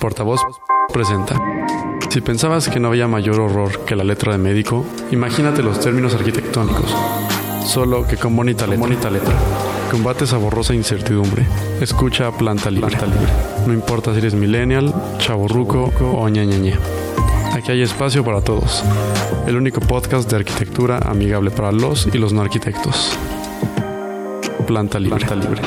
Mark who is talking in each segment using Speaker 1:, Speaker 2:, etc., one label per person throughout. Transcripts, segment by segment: Speaker 1: Portavoz presenta. Si pensabas que no había mayor horror que la letra de médico, imagínate los términos arquitectónicos. Solo que con bonita letra. Bonita letra. Combate esa borrosa incertidumbre. Escucha a Planta Libre. No importa si eres millennial, chaborruco o ñañaña. Aquí hay espacio para todos. El único podcast de arquitectura amigable para los y los no arquitectos. Planta Libre. Planta libre.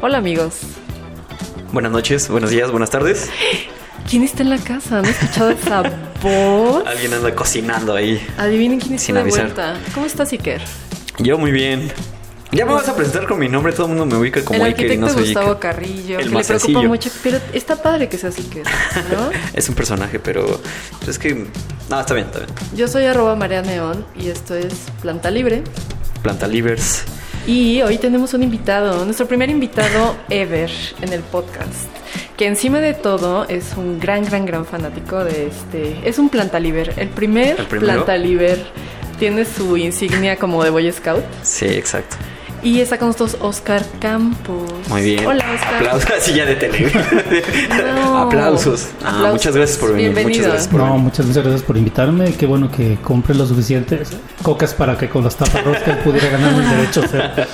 Speaker 2: Hola amigos.
Speaker 3: Buenas noches, buenos días, buenas tardes.
Speaker 2: ¿Quién está en la casa? ¿Han escuchado esa voz?
Speaker 3: Alguien anda cocinando ahí.
Speaker 2: Adivinen quién está
Speaker 3: Sin
Speaker 2: de
Speaker 3: avisar.
Speaker 2: vuelta. ¿Cómo estás, Iker?
Speaker 3: Yo muy bien. Ya me vas a presentar con mi nombre, todo el mundo me ubica como
Speaker 2: el
Speaker 3: Iker y
Speaker 2: arquitecto
Speaker 3: no soy
Speaker 2: Gustavo
Speaker 3: Iker.
Speaker 2: Carrillo,
Speaker 3: El
Speaker 2: que le
Speaker 3: más
Speaker 2: preocupa
Speaker 3: sencillo.
Speaker 2: mucho, pero está padre que seas Iker, ¿no?
Speaker 3: Es un personaje, pero pues es que... No, está bien, está bien.
Speaker 2: Yo soy arroba María Neón y esto es Planta Libre.
Speaker 3: Planta Livers.
Speaker 2: Y hoy tenemos un invitado, nuestro primer invitado ever en el podcast, que encima de todo es un gran, gran, gran fanático de este. Es un plantaliber, el primer
Speaker 3: ¿El primero?
Speaker 2: plantaliber. Tiene su insignia como de Boy Scout.
Speaker 3: Sí, exacto.
Speaker 2: Y está con nosotros Oscar Campos.
Speaker 3: Muy bien.
Speaker 2: Hola, Oscar.
Speaker 3: Aplausos, así ya de tele.
Speaker 2: No.
Speaker 3: Aplausos. Ah,
Speaker 2: Aplausos.
Speaker 3: Muchas gracias por venir.
Speaker 2: Bienvenido.
Speaker 3: Muchas gracias por
Speaker 4: No,
Speaker 3: venir.
Speaker 4: muchas, muchas gracias por invitarme. Qué bueno que compre lo suficiente cocas para que con las taparroscas pudiera ganar mis derechos. o sea.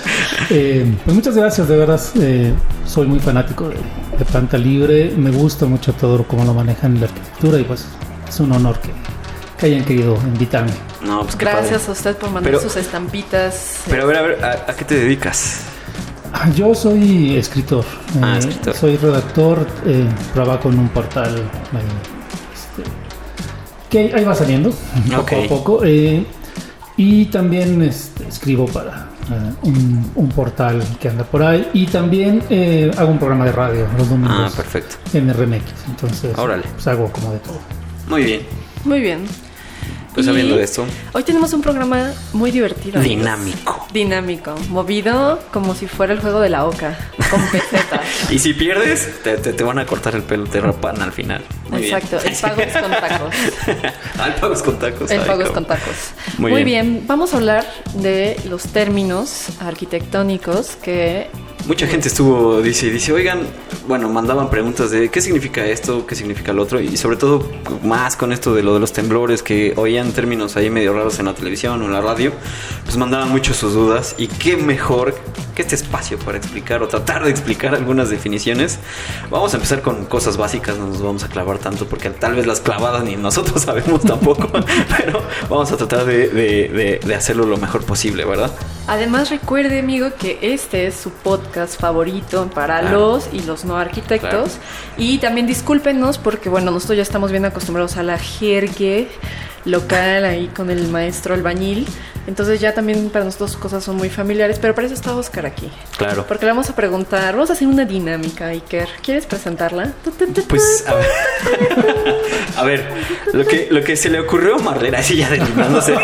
Speaker 4: Eh, pues muchas gracias, de verdad. eh, soy muy fanático de, de Planta Libre. Me gusta mucho todo cómo lo manejan en la arquitectura y pues es un honor que, que hayan querido invitarme.
Speaker 3: No, pues qué
Speaker 2: Gracias a
Speaker 3: padre.
Speaker 2: usted por mandar
Speaker 3: Pero-
Speaker 2: sus estampitas.
Speaker 3: Pero a ver, a ver, ¿a, a qué te dedicas?
Speaker 4: Ah, Yo soy escritor. eh,
Speaker 3: Ah, escritor.
Speaker 4: Soy redactor. eh, trabajo en un portal. eh, este, que ahí- ahí va saliendo, poco
Speaker 3: Ok.
Speaker 4: a poco. eh, y también este, escribo para eh, un, un portal que anda por ahí. Y también eh, hago un programa de radio los
Speaker 3: Ah,
Speaker 4: domingos
Speaker 3: perfecto.
Speaker 4: en RMX. Entonces,
Speaker 3: Órale.
Speaker 4: pues hago como de todo.
Speaker 3: Muy bien.
Speaker 2: Muy bien.
Speaker 3: Pues
Speaker 2: Y
Speaker 3: sabiendo de esto.
Speaker 2: Hoy tenemos un programa muy divertido. amigos.
Speaker 3: Dinámico.
Speaker 2: Dinámico. Movido como si fuera el juego de la oca. Con pesetas.
Speaker 3: Y si pierdes, te, te- te van a cortar el pelo, te rapan al final. Muy bien.
Speaker 2: Exacto. El pago es con tacos.
Speaker 3: Ah, el pagos con tacos.
Speaker 2: El
Speaker 3: ay,
Speaker 2: pago es
Speaker 3: cabrón.
Speaker 2: con tacos. Muy,
Speaker 3: Muy
Speaker 2: bien.
Speaker 3: bien.
Speaker 2: Vamos a hablar de los términos arquitectónicos que.
Speaker 3: Mucha gente estuvo, dice, dice, oigan, bueno, mandaban preguntas de qué significa esto, qué significa lo otro, y sobre todo más con esto de lo de los temblores, que oían términos ahí medio raros en la televisión o en la radio, pues mandaban mucho sus dudas, y qué mejor que este espacio para explicar o tratar de explicar algunas definiciones. Vamos a empezar con cosas básicas, no nos vamos a clavar tanto, porque tal vez las clavadas ni nosotros sabemos tampoco, pero vamos a tratar de, de- de- de hacerlo lo mejor posible, ¿verdad?
Speaker 2: Además, recuerde, amigo, que este es su podcast favorito para
Speaker 3: Claro.
Speaker 2: los y los no arquitectos. Y también discúlpenos porque, bueno, nosotros ya estamos bien acostumbrados a la jergue local ahí con el maestro albañil. Entonces, ya también para nosotros cosas son muy familiares, pero para eso está Oscar aquí.
Speaker 3: Claro.
Speaker 2: Porque le vamos a preguntar, vamos a hacer una dinámica, Iker. ¿Quieres presentarla? Tu, tu, tu, tu.
Speaker 3: Pues a ver, a ver, lo, que, lo que se le ocurrió a Marlena, así ya deslizándose.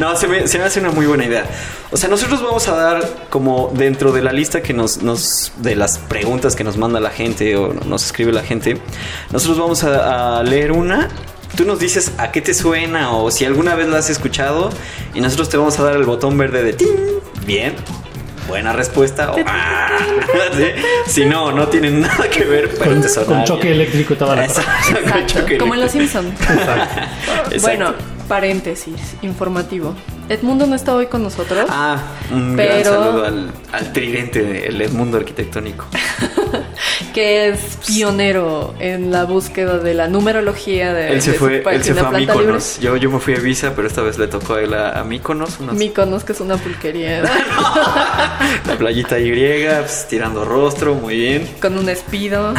Speaker 3: No, se me, se me hace una muy buena idea. O sea, nosotros vamos a dar como dentro de la lista que nos, nos de las preguntas que nos manda la gente o nos escribe la gente, nosotros vamos a, a leer una. Tú nos dices a qué te suena o si alguna vez la has escuchado y nosotros te vamos a dar el botón verde de tin. Bien. Buena respuesta. o ¡ah! Sí, Si no, no tienen nada que ver, pero
Speaker 4: Con,
Speaker 3: te sonó
Speaker 4: con
Speaker 3: bien.
Speaker 4: choque eléctrico y toda la cosa.
Speaker 3: Exacto, con
Speaker 2: Exacto,
Speaker 3: choque
Speaker 2: como en Los
Speaker 3: eléctrico.
Speaker 2: Simpson.
Speaker 4: Exacto.
Speaker 3: Exacto.
Speaker 2: Bueno, paréntesis, informativo. Edmundo no está hoy con nosotros.
Speaker 3: Ah, un gran
Speaker 2: pero-
Speaker 3: saludo al, al tridente del mundo arquitectónico.
Speaker 2: Eh, que es pionero en la búsqueda de la numerología de
Speaker 3: Él se
Speaker 2: de su
Speaker 3: fue, él
Speaker 2: página
Speaker 3: se fue a
Speaker 2: pues, Planta
Speaker 3: Míconos. Yo, yo me fui a Ibiza, pero esta vez le tocó a él a, a Míconos, una
Speaker 2: Libre. Mykonos, que es una pulquería
Speaker 3: la playita Y, pues, tirando rostro, muy bien.
Speaker 2: con un espido.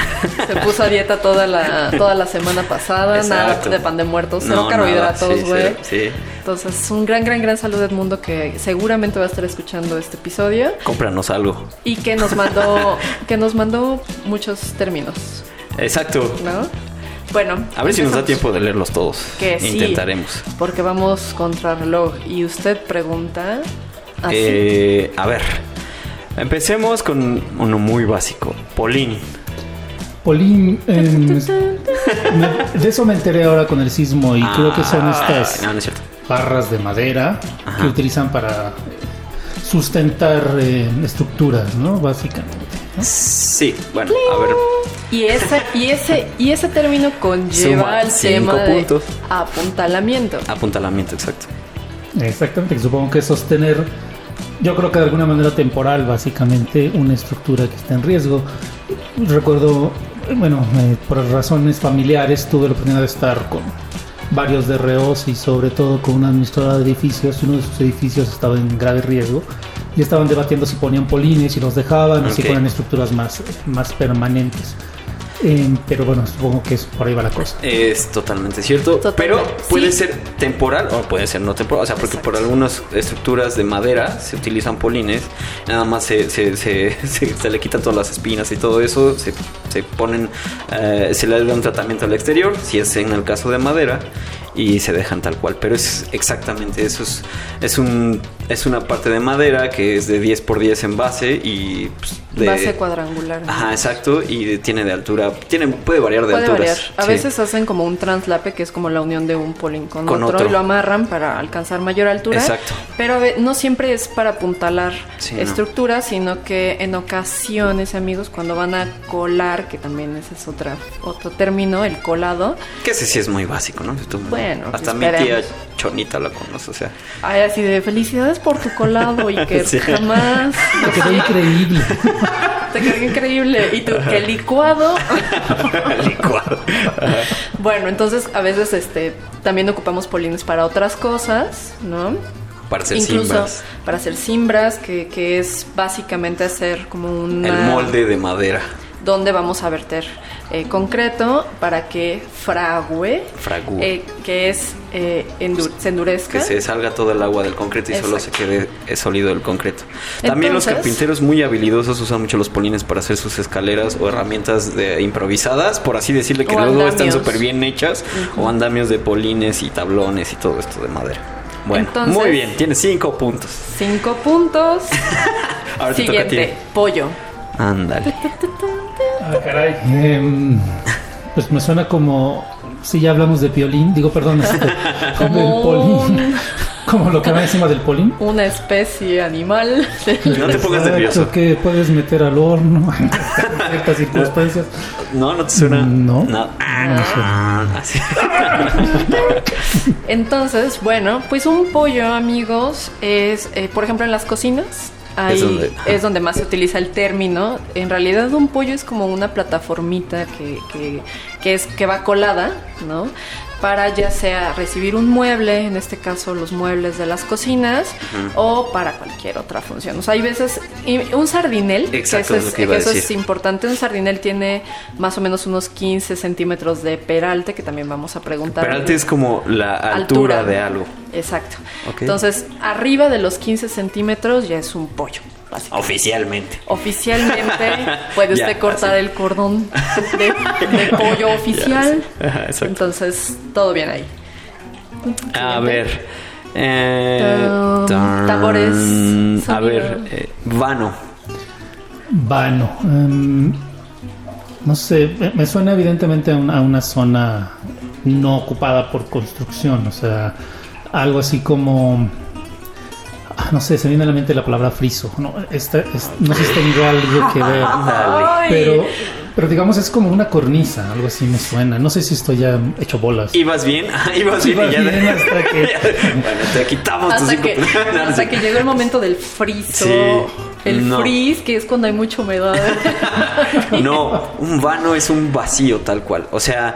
Speaker 2: Se puso a dieta toda la, toda la semana pasada,
Speaker 3: Exacto.
Speaker 2: nada de pan de muertos, cero
Speaker 3: No, nada,
Speaker 2: carbohidratos,
Speaker 3: sí,
Speaker 2: güey.
Speaker 3: Sí, sí.
Speaker 2: Entonces, un gran, gran, gran saludo Edmundo que seguramente va a estar escuchando este episodio
Speaker 3: Cómpranos algo.
Speaker 2: y que nos mandó, que nos mandó muchos términos,
Speaker 3: Exacto.
Speaker 2: ¿no? Bueno,
Speaker 3: A ver si nos da
Speaker 2: empezamos.
Speaker 3: tiempo de leerlos todos.
Speaker 2: Pues Que sí.
Speaker 3: Intentaremos.
Speaker 2: Porque vamos contra reloj y usted pregunta así.
Speaker 3: Eh, a ver, empecemos con uno muy básico. Polín.
Speaker 4: Polín, em, me- de eso me enteré ahora con el sismo y creo que son
Speaker 3: Ah,
Speaker 4: estas
Speaker 3: No, no es cierto.
Speaker 4: barras de madera que utilizan para sustentar eh, estructuras, ¿no? Básicamente. ¿no?
Speaker 3: Sí, bueno, a ver.
Speaker 2: Y ese, y ese, y ese término
Speaker 3: Suma
Speaker 2: conlleva el
Speaker 3: cinco
Speaker 2: tema de
Speaker 3: puntos.
Speaker 2: apuntalamiento.
Speaker 3: Apuntalamiento, exacto.
Speaker 4: Exactamente, que supongo que es sostener, yo creo que de alguna manera temporal, básicamente, una estructura que está en riesgo. Recuerdo, bueno, eh, por razones familiares tuve la oportunidad de estar con varios DROs y sobre todo con una administradora de edificios. Uno de sus edificios estaba en grave riesgo y estaban debatiendo si ponían polines, si los dejaban o si
Speaker 3: Ok.
Speaker 4: ponían estructuras más, más permanentes. Eh, pero bueno, supongo que es por ahí va la cosa.
Speaker 3: Es totalmente cierto,
Speaker 2: Total-
Speaker 3: pero puede
Speaker 2: sí.
Speaker 3: ser temporal o puede ser no temporal, o sea, porque por algunas estructuras de madera se utilizan polines, nada más se, se, se- se- se le quitan todas las espinas y todo eso, se, se ponen, eh, se le da un tratamiento al exterior, si es en el caso de madera, y se dejan tal cual, pero es exactamente eso, es, es, un, es una parte de madera que es de 10 por 10 en base y... pues, de,
Speaker 2: Base cuadrangular. ¿no?
Speaker 3: Ajá, exacto, y de- tiene de altura, tiene, puede variar de
Speaker 2: Puede variar.
Speaker 3: alturas.
Speaker 2: A
Speaker 3: sí.
Speaker 2: veces hacen como un translape, que es como la unión de un polín con,
Speaker 3: Con
Speaker 2: otro,
Speaker 3: otro.
Speaker 2: y lo amarran para alcanzar mayor altura.
Speaker 3: Exacto.
Speaker 2: Pero a ve- no siempre es para apuntalar
Speaker 3: Sí, no.
Speaker 2: estructuras, sino que en ocasiones, amigos, cuando van a colar, que también ese es otra, otro término, el colado,
Speaker 3: Que ese sí es muy básico, ¿no? Tú-
Speaker 2: Bueno, pues
Speaker 3: hasta mi tía
Speaker 2: esperemos.
Speaker 3: Chonita lo conoce, o sea.
Speaker 2: hay así de felicidades por tu colado y que
Speaker 3: Sí.
Speaker 2: jamás
Speaker 4: Me quedó increíble.
Speaker 2: te quedó increíble. Y tú, que licuado.
Speaker 3: Licuado.
Speaker 2: Bueno, entonces a veces este también ocupamos polines para otras cosas, ¿no?
Speaker 3: Para hacer
Speaker 2: Incluso
Speaker 3: cimbras.
Speaker 2: para hacer simbras, que, que es básicamente hacer como un
Speaker 3: El molde de madera.
Speaker 2: donde vamos a verter eh, concreto para que fragüe,
Speaker 3: Fragúe.
Speaker 2: eh, que es eh, endu- se endurezca.
Speaker 3: Que se salga todo el agua del concreto y solo se
Speaker 2: Exacto.
Speaker 3: quede eh, sólido el concreto. También los
Speaker 2: Entonces-
Speaker 3: carpinteros muy habilidosos usan mucho los polines para hacer sus escaleras o herramientas de- improvisadas, por así decirle, que
Speaker 2: O
Speaker 3: luego están
Speaker 2: andamios.
Speaker 3: súper bien hechas, o andamios de polines y tablones y todo esto de madera. Bueno,
Speaker 2: Entonces-
Speaker 3: muy bien, tiene cinco puntos.
Speaker 2: Cinco puntos.
Speaker 3: Ahora te toca a ti.
Speaker 2: Siguiente, pollo.
Speaker 3: Ándale.
Speaker 4: Ah, caray. Em, pues me suena como. Si ya hablamos de violín, digo, perdón, este, del
Speaker 2: Como
Speaker 4: polín. Como lo que va encima del polín.
Speaker 2: Una especie animal.
Speaker 3: No te pongas
Speaker 4: Exacto,
Speaker 3: nervioso.
Speaker 4: que puedes meter al horno en ciertas circunstancias.
Speaker 3: No, no te suena.
Speaker 4: No.
Speaker 3: No. Ah, Así.
Speaker 2: Entonces, bueno, pues un pollo, amigos, es, eh, por ejemplo, en las cocinas. Ahí
Speaker 3: Es
Speaker 2: es
Speaker 3: donde-
Speaker 2: donde, más se utiliza el término. En realidad, un pollo es como una plataformita que, que- que es, que va colada, ¿no? Para ya sea recibir un mueble, en este caso los muebles de las cocinas, o para cualquier otra función. O sea, hay veces. y un sardinel, que eso
Speaker 3: Exacto, es lo
Speaker 2: es-
Speaker 3: que iba a
Speaker 2: eso es
Speaker 3: decir.
Speaker 2: importante. Un sardinel tiene más o menos unos 15 centímetros de peralte, que también vamos a preguntar.
Speaker 3: Peralte es como la altura, de algo.
Speaker 2: Exacto.
Speaker 3: Ok.
Speaker 2: Entonces, arriba de los 15 centímetros ya es un pollo, básicamente.
Speaker 3: Oficialmente.
Speaker 2: Oficialmente puede
Speaker 3: Ya,
Speaker 2: usted cortar
Speaker 3: así.
Speaker 2: el cordón de, de pollo oficial.
Speaker 3: sí. Ajá, exacto.
Speaker 2: Entonces, todo bien ahí.
Speaker 3: A ver. eh,
Speaker 2: Tum,
Speaker 3: tum,
Speaker 2: tambores,
Speaker 3: A
Speaker 2: sonido.
Speaker 3: ver. eh, vano.
Speaker 4: Vano. em, no sé, me- me suena evidentemente a una, a una zona no ocupada por construcción, o sea, algo así como. ah, No sé, se me viene a la mente la palabra friso. No, Esta- es- no sé si tenido algo que ver.
Speaker 3: Dale.
Speaker 2: Ay.
Speaker 4: Pero, pero digamos, es como una cornisa, algo así me suena. No sé si estoy ya hecho bolas.
Speaker 3: ¿Ibas bien? Ah, ¿Ibas bien?
Speaker 4: Ibas
Speaker 3: y ya
Speaker 4: bien hasta que-
Speaker 3: bueno, te quitamos tus
Speaker 2: Hasta
Speaker 3: cinco
Speaker 2: que,
Speaker 3: puntos. No, no
Speaker 2: hasta
Speaker 3: sé.
Speaker 2: que llegó el momento del friso.
Speaker 3: Sí,
Speaker 2: El
Speaker 3: no.
Speaker 2: frizz, que es cuando hay mucha humedad.
Speaker 3: No, un vano es un vacío tal cual. O sea,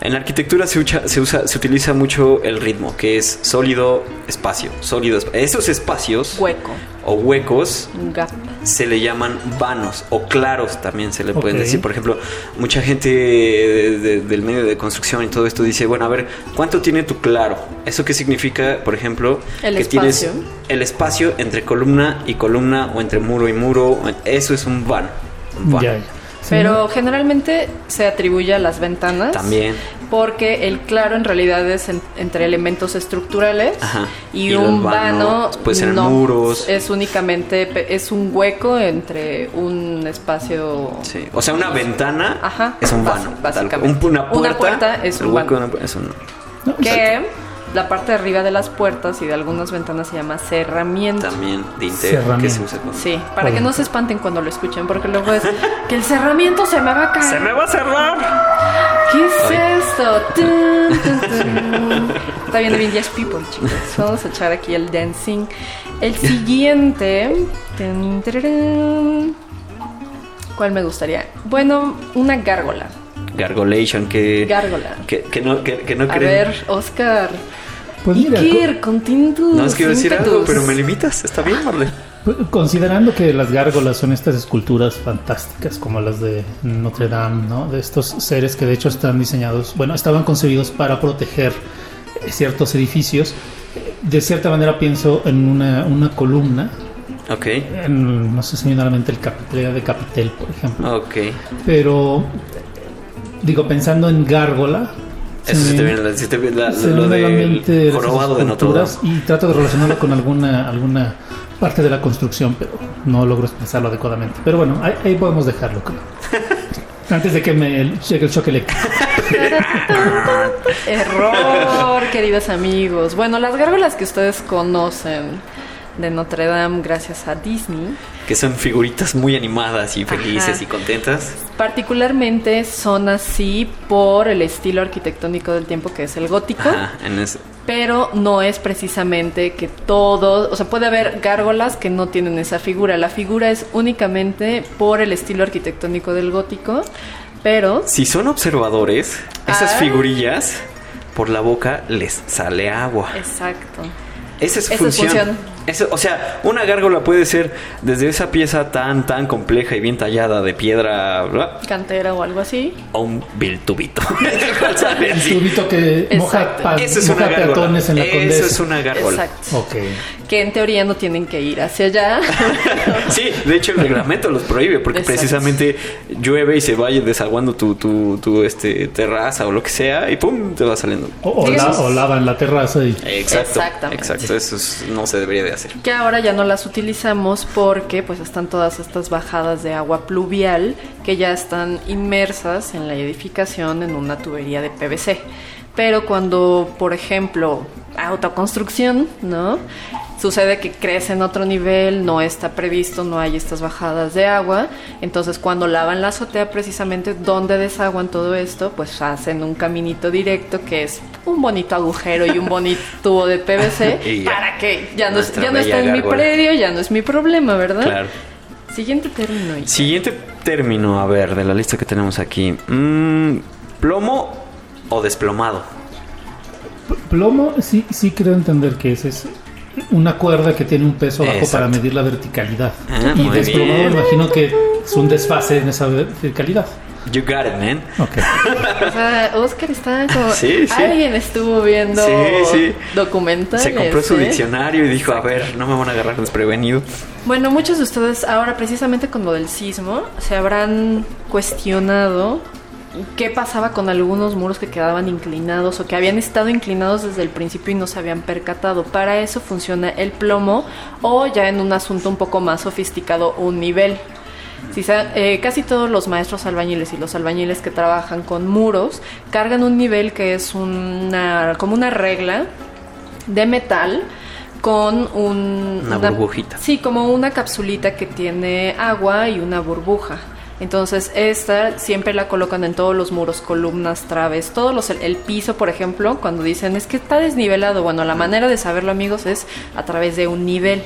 Speaker 3: en la arquitectura se ucha- se usa, se utiliza mucho el ritmo, que es sólido, espacio, sólido. esp- Esos espacios
Speaker 2: Hueco.
Speaker 3: o huecos
Speaker 2: Un gap.
Speaker 3: se le llaman vanos o claros también se le pueden
Speaker 4: Ok.
Speaker 3: decir. Por ejemplo, mucha gente de- de- del medio de construcción y todo esto dice, bueno, a ver, ¿cuánto tiene tu claro? ¿Eso qué significa, por ejemplo,
Speaker 2: El
Speaker 3: que tienes
Speaker 2: espacio.
Speaker 3: el espacio entre columna y columna o entre muro y muro? Eso es un vano. un vano.
Speaker 4: Ya, ya. Sí,
Speaker 2: Pero generalmente se atribuye a las ventanas.
Speaker 3: También.
Speaker 2: porque el claro en realidad es en- entre elementos estructurales
Speaker 3: Ajá.
Speaker 2: y,
Speaker 3: Y el
Speaker 2: un
Speaker 3: urbano,
Speaker 2: vano
Speaker 3: puede ser muros.
Speaker 2: es únicamente pe- es un hueco entre un espacio
Speaker 3: Sí. O sea, una ventana
Speaker 2: Ajá,
Speaker 3: es un
Speaker 2: bas-
Speaker 3: vano.
Speaker 2: básicamente.
Speaker 3: tal cual. Un- una
Speaker 2: Una
Speaker 3: puerta,
Speaker 2: puerta es
Speaker 3: el
Speaker 2: un
Speaker 3: hueco de
Speaker 2: vano.
Speaker 3: una pu- es un-
Speaker 4: No,
Speaker 2: que la parte de arriba de las puertas y de algunas ventanas se llama cerramiento.
Speaker 3: También de interior que se
Speaker 4: Cerramiento.
Speaker 3: usa como-
Speaker 2: Sí, para que
Speaker 4: Bueno.
Speaker 2: no se espanten cuando lo escuchen, porque luego es que el cerramiento se me va a caer.
Speaker 3: ¡Se me va a cerrar!
Speaker 2: ¿Qué es
Speaker 3: Ay.
Speaker 2: esto? Tun, tun, tun. Está bien de India's People, chicos. Vamos a echar aquí el dancing. El siguiente. Tin, tararán. ¿Cuál me gustaría? Bueno, una gárgola.
Speaker 3: Gargolation, que.
Speaker 2: Gárgola.
Speaker 3: Que, que no, que, que no
Speaker 2: A
Speaker 3: creen.
Speaker 2: ver, Oscar.
Speaker 4: Pues mira,
Speaker 2: Iker, con tintus.
Speaker 3: No, es que iba a decir algo,
Speaker 2: ímpetus.
Speaker 3: pero me limitas. Está bien, Marlene.
Speaker 4: co- pues, considerando que las gárgolas son estas esculturas fantásticas como las de Notre Dame, ¿no? De estos seres que de hecho están diseñados, bueno, estaban concebidos para proteger eh, ciertos edificios. De cierta manera pienso en una, una columna,
Speaker 3: Ok.
Speaker 4: en- no sé si me viene a la mente el capitel de Capitel, por ejemplo.
Speaker 3: Ok.
Speaker 4: Pero, digo, pensando en gárgola...
Speaker 3: Eso
Speaker 4: se
Speaker 3: se te
Speaker 4: me-
Speaker 3: viene, la- se te viene la-
Speaker 4: se
Speaker 3: lo
Speaker 4: me viene a la
Speaker 3: del
Speaker 4: mente de esas
Speaker 3: jorobado de Notre Dame.
Speaker 4: esculturas Y trato de relacionarlo con alguna, alguna parte de la construcción, pero no logro expresarlo adecuadamente. Pero bueno, ahí, ahí podemos dejarlo, creo. Antes de que me llegue el choque eléctrico.
Speaker 2: Error, queridos amigos. Bueno, las gárgolas que ustedes conocen de Notre Dame gracias a Disney,
Speaker 3: Que son figuritas muy animadas y felices
Speaker 2: Ajá.
Speaker 3: y contentas.
Speaker 2: particularmente son así por el estilo arquitectónico del tiempo que es el gótico,
Speaker 3: Ajá, en ese-
Speaker 2: pero no es precisamente que todos, o sea, puede haber gárgolas que no tienen esa figura. La figura es únicamente por el estilo arquitectónico del gótico, pero
Speaker 3: Si son observadores, esas
Speaker 2: Ah.
Speaker 3: figurillas por la boca les sale agua.
Speaker 2: exacto.
Speaker 3: Eh, Esa es
Speaker 2: Esa es
Speaker 3: función.
Speaker 2: función.
Speaker 3: Eso- o sea, una gárgola puede ser desde esa pieza tan, tan compleja y bien tallada de piedra bla,
Speaker 2: Cantera o algo así.
Speaker 3: a un biltubito. ¿Saben?
Speaker 4: El
Speaker 3: Sí.
Speaker 4: tubito que moja,
Speaker 2: Exacto.
Speaker 4: pa-
Speaker 3: Eso es
Speaker 4: moja
Speaker 3: una gárgola.
Speaker 4: peatones en la condesa.
Speaker 3: Eso es una gárgola.
Speaker 2: Exacto.
Speaker 4: Ok.
Speaker 2: que en teoría no tienen que ir hacia allá.
Speaker 3: Sí, de hecho el reglamento los prohíbe porque
Speaker 2: Exacto.
Speaker 3: precisamente llueve y se vaya desaguando tu, tu, tu, este, terraza o lo que sea y pum, te va saliendo.
Speaker 4: O, o la-
Speaker 2: Digamos-
Speaker 4: o lavan la terraza y...
Speaker 3: Exacto.
Speaker 2: Exactamente.
Speaker 3: Exacto, eso es- no se debería de hacer.
Speaker 2: que ahora ya no las utilizamos porque pues están todas estas bajadas de agua pluvial que ya están inmersas en la edificación en una tubería de PVC. Pero cuando, por ejemplo, autoconstrucción, ¿no? Sucede que crece en otro nivel, no está previsto, no hay estas bajadas de agua. Entonces, cuando lavan la azotea, precisamente donde desaguan todo esto, pues hacen un caminito directo que es un bonito agujero y un bonito tubo de PVC
Speaker 3: Y ya.
Speaker 2: para que ya no, es-
Speaker 3: Nuestra
Speaker 2: ya no
Speaker 3: bella
Speaker 2: está en mi
Speaker 3: gárgola.
Speaker 2: predio, ya no es mi problema, ¿verdad?
Speaker 3: Claro.
Speaker 2: Siguiente término. Isa.
Speaker 3: Siguiente término, a ver, de la lista que tenemos aquí. Mm, ¿Plomo o desplomado?
Speaker 4: Plomo, sí, sí creo entender que es, es una cuerda que tiene un peso abajo para
Speaker 3: Exacto.
Speaker 4: medir la verticalidad.
Speaker 3: Ah,
Speaker 4: y
Speaker 3: muy
Speaker 4: desplomado,
Speaker 3: bien.
Speaker 4: me imagino que es un desfase en esa verticalidad.
Speaker 3: You got it, man.
Speaker 4: Ok.
Speaker 2: O sea, Oscar está como...
Speaker 3: Sí, sí.
Speaker 2: Alguien estuvo viendo
Speaker 3: Sí, sí.
Speaker 2: documentales.
Speaker 3: Se compró su
Speaker 2: ¿eh?
Speaker 3: diccionario y dijo, a ver, no me van a agarrar desprevenido.
Speaker 2: Bueno, muchos de ustedes ahora, precisamente con lo del sismo, se habrán cuestionado qué pasaba con algunos muros que quedaban inclinados o que habían estado inclinados desde el principio y no se habían percatado. Para eso funciona el plomo o ya en un asunto un poco más sofisticado, un nivel. Si sa- eh, casi todos los maestros albañiles y los albañiles que trabajan con muros cargan un nivel que es una, como una regla de metal con un-
Speaker 3: Una burbujita.
Speaker 2: Sí, como una capsulita que tiene agua y una burbuja. Entonces, esta siempre la colocan en todos los muros, columnas, traves, todos los el, el piso, por ejemplo, cuando dicen es que está desnivelado. Bueno, la manera de saberlo, amigos, es a través de un nivel.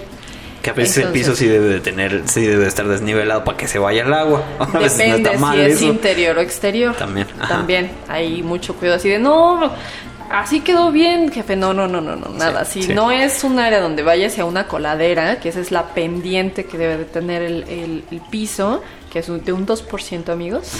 Speaker 3: Que a veces el
Speaker 2: Entonces-
Speaker 3: piso sí debe de tener, sí debe de estar desnivelado para que se vaya el agua. A veces no
Speaker 2: Depende
Speaker 3: está mal
Speaker 2: si es
Speaker 3: eso.
Speaker 2: interior o exterior.
Speaker 3: También, ajá.
Speaker 2: También hay mucho cuidado así de no. Así quedó bien, jefe. No, no, no, no, no, nada. si
Speaker 3: sí.
Speaker 2: no es un área donde vaya hacia una coladera, que esa es la pendiente que debe de tener el, el- el piso, que es un- de un 2%, amigos,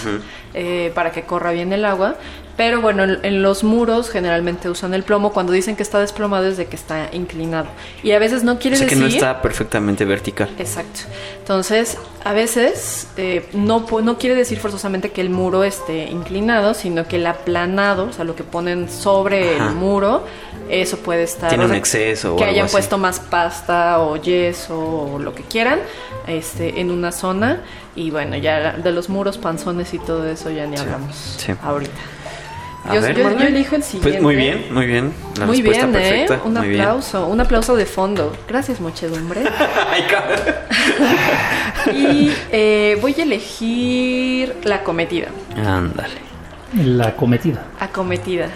Speaker 2: eh, para que corra bien el agua. Pero bueno, en, en los muros generalmente usan el plomo. Cuando dicen que está desplomado es de que está inclinado. Y a veces no
Speaker 3: O
Speaker 2: quiere
Speaker 3: sea que
Speaker 2: decir...
Speaker 3: no está perfectamente vertical.
Speaker 2: Exacto. Entonces, a veces eh, no, po- no quiere decir forzosamente que el muro esté inclinado, sino que el aplanado, o sea, lo que ponen sobre
Speaker 3: Ajá.
Speaker 2: el muro, eso puede estar...
Speaker 3: Tiene
Speaker 2: o
Speaker 3: un
Speaker 2: sea,
Speaker 3: exceso o
Speaker 2: Que
Speaker 3: algo
Speaker 2: hayan
Speaker 3: así.
Speaker 2: puesto más pasta o yeso o lo que quieran este, en una zona. Y bueno, ya de los muros, panzones y todo eso ya ni
Speaker 3: Sí,
Speaker 2: hablamos
Speaker 3: sí.
Speaker 2: ahorita.
Speaker 3: A
Speaker 2: Yo-
Speaker 3: ver,
Speaker 2: yo- yo
Speaker 3: Marlene.
Speaker 2: elijo el
Speaker 3: Pues muy
Speaker 2: siguiente.
Speaker 3: bien, muy bien. La
Speaker 2: Muy
Speaker 3: respuesta
Speaker 2: bien,
Speaker 3: perfecta.
Speaker 2: ¿eh? Un
Speaker 3: muy bien.
Speaker 2: aplauso, un aplauso de fondo. Gracias, muchedumbre.
Speaker 3: Ay, cabrón.
Speaker 2: Y eh, voy a elegir la cometida.
Speaker 3: Ándale.
Speaker 4: La cometida.
Speaker 2: Acometida.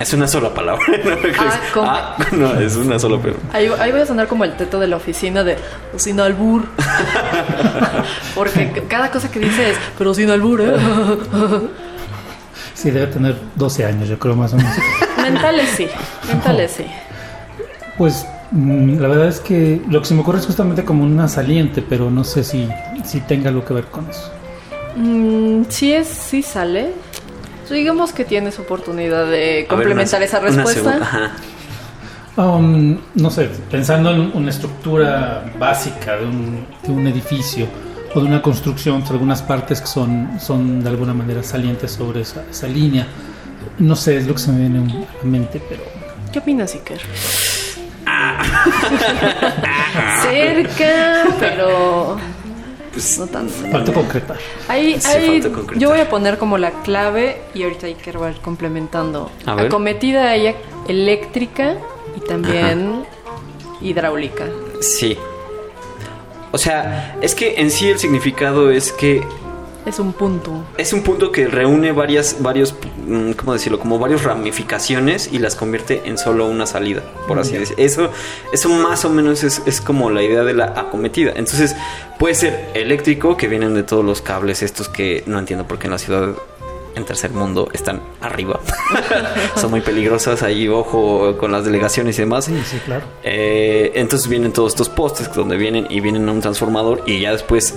Speaker 3: Es una sola palabra. ¿no? ¿Crees?
Speaker 2: come-
Speaker 3: Ah, no, es una sola palabra.
Speaker 2: Ahí, ahí voy a sonar como el teto de la oficina de "Pero sin albur. Porque c- cada cosa que dices, pero sin albur, ¿eh?
Speaker 4: Sí, debe tener 12 años, yo creo, más o menos.
Speaker 2: Mentales sí, mentales sí.
Speaker 4: Pues mm, la verdad es que lo que se me ocurre es justamente como una saliente, pero no sé si, si tenga algo que ver con eso.
Speaker 2: Mm, sí es, sí sale. Digamos que tienes oportunidad de
Speaker 3: A ver, una-
Speaker 2: complementar esa
Speaker 3: una
Speaker 2: respuesta.
Speaker 3: segunda, ajá.
Speaker 4: Um, no sé, pensando en una estructura básica de un, de un edificio o de una construcción, pues, algunas partes que son, son de alguna manera salientes sobre esa, esa línea. No sé, es lo que se me viene a la mente, pero
Speaker 2: ¿Qué opinas, Iker?
Speaker 3: Ah.
Speaker 2: Cerca, pero
Speaker 3: Pues,
Speaker 2: no tanto.
Speaker 4: falta concretar.
Speaker 2: Ahí,
Speaker 3: Sí,
Speaker 2: ahí
Speaker 3: falta concretar.
Speaker 2: yo voy a poner como la clave y ahorita Iker va a ir complementando.
Speaker 3: A ver.
Speaker 2: Acometida ella eléctrica y también hidráulica.
Speaker 3: Sí. O sea, es que en sí el significado es que
Speaker 2: Es un punto.
Speaker 3: es un punto que reúne varias, varios, mm, ¿cómo decirlo? Como varias ramificaciones y las convierte en solo una salida, por así decirlo. Eso, eso más o menos es, es como la idea de la acometida. Entonces, puede ser eléctrico, que vienen de todos los cables estos que no entiendo por qué en la ciudad en tercer mundo están arriba. Son muy peligrosas ahí, ojo con las delegaciones y demás.
Speaker 4: Sí, sí, claro.
Speaker 3: Eh, entonces vienen todos estos postes donde vienen y vienen a un transformador y ya después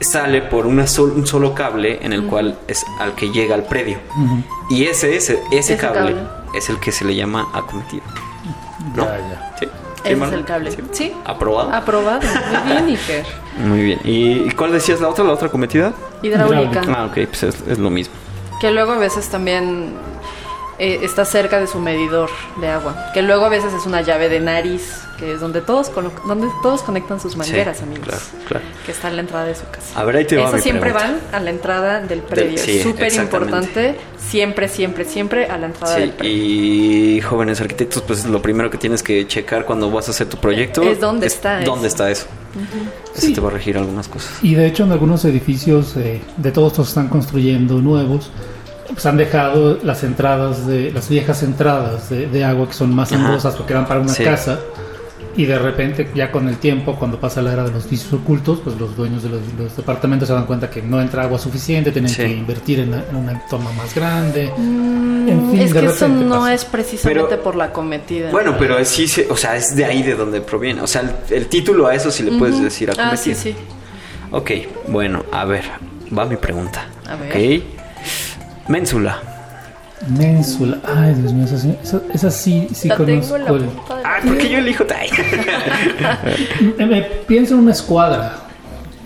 Speaker 3: sale por una sol- un solo cable en el cual es al que llega al predio.
Speaker 4: Ujú.
Speaker 3: Y ese, ese, ese
Speaker 2: Ese
Speaker 3: cable,
Speaker 2: cable.
Speaker 3: es el que se le llama acometido. ¿No?
Speaker 4: Ya, ya.
Speaker 3: ¿Sí? ¿Sí,
Speaker 2: Ese es
Speaker 3: Marlon?
Speaker 2: el cable.
Speaker 3: ¿Sí?
Speaker 2: Sí.
Speaker 3: ¿Aprobado?
Speaker 2: Aprobado. Muy bien, Iker.
Speaker 3: Muy bien. ¿Y y cuál decías la otra, la otra acometida?
Speaker 2: Hidráulica.
Speaker 3: Ah, ok, pues es, es lo mismo.
Speaker 2: Que luego a veces también eh, está cerca de su medidor de agua. Que luego a veces es una llave de nariz, que es donde todos, cono- donde todos conectan sus mangueras,
Speaker 3: Sí,
Speaker 2: amigos.
Speaker 3: Claro, claro.
Speaker 2: Que está en la entrada de su casa.
Speaker 3: A ver, ahí te va
Speaker 2: Esas
Speaker 3: mi
Speaker 2: siempre
Speaker 3: pregunta.
Speaker 2: van a la entrada del predio.
Speaker 3: sí,
Speaker 2: Súper
Speaker 3: exactamente.
Speaker 2: importante. Siempre, siempre, siempre a la entrada del
Speaker 3: Sí,
Speaker 2: predio.
Speaker 3: y jóvenes arquitectos, pues lo primero que tienes que checar cuando vas a hacer tu proyecto
Speaker 2: Es dónde está eso.
Speaker 3: ¿Dónde está eso? Eso
Speaker 4: Sí.
Speaker 3: te va a regir algunas cosas.
Speaker 4: Y de hecho en algunos edificios eh, de todos estos que están construyendo nuevos, pues han dejado las entradas de las viejas entradas de, de agua que son más
Speaker 3: Ajá.
Speaker 4: angostas porque eran para una
Speaker 3: Sí.
Speaker 4: casa. Y de repente, ya con el tiempo, cuando pasa la era de los vicios ocultos, pues los dueños de los, los departamentos se dan cuenta que no entra agua suficiente, tienen
Speaker 3: Sí.
Speaker 4: que invertir en, en una toma más grande. en fin,
Speaker 2: Mm, es
Speaker 4: de
Speaker 2: que eso
Speaker 4: repente
Speaker 2: no
Speaker 4: pasa.
Speaker 2: es precisamente
Speaker 3: Pero-
Speaker 2: por la cometida.
Speaker 3: Bueno, pero sí, se- o sea, es de ahí de donde proviene. O sea, el, el título a eso sí le puedes
Speaker 2: Ujú.
Speaker 3: decir a
Speaker 2: Ah, sí, sí.
Speaker 3: cometido. Ok, bueno, a ver, va mi pregunta.
Speaker 2: A ver.
Speaker 3: Ok. Ménsula.
Speaker 4: Ménsula. Ay, Dios mío, esa, sí- esa, esa sí, sí
Speaker 2: la tengo
Speaker 4: conozco.
Speaker 2: en la
Speaker 4: el-
Speaker 2: punta de la-
Speaker 3: Ah, ¿por qué yo elijo Tay?
Speaker 4: Eh, me pienso en una escuadra.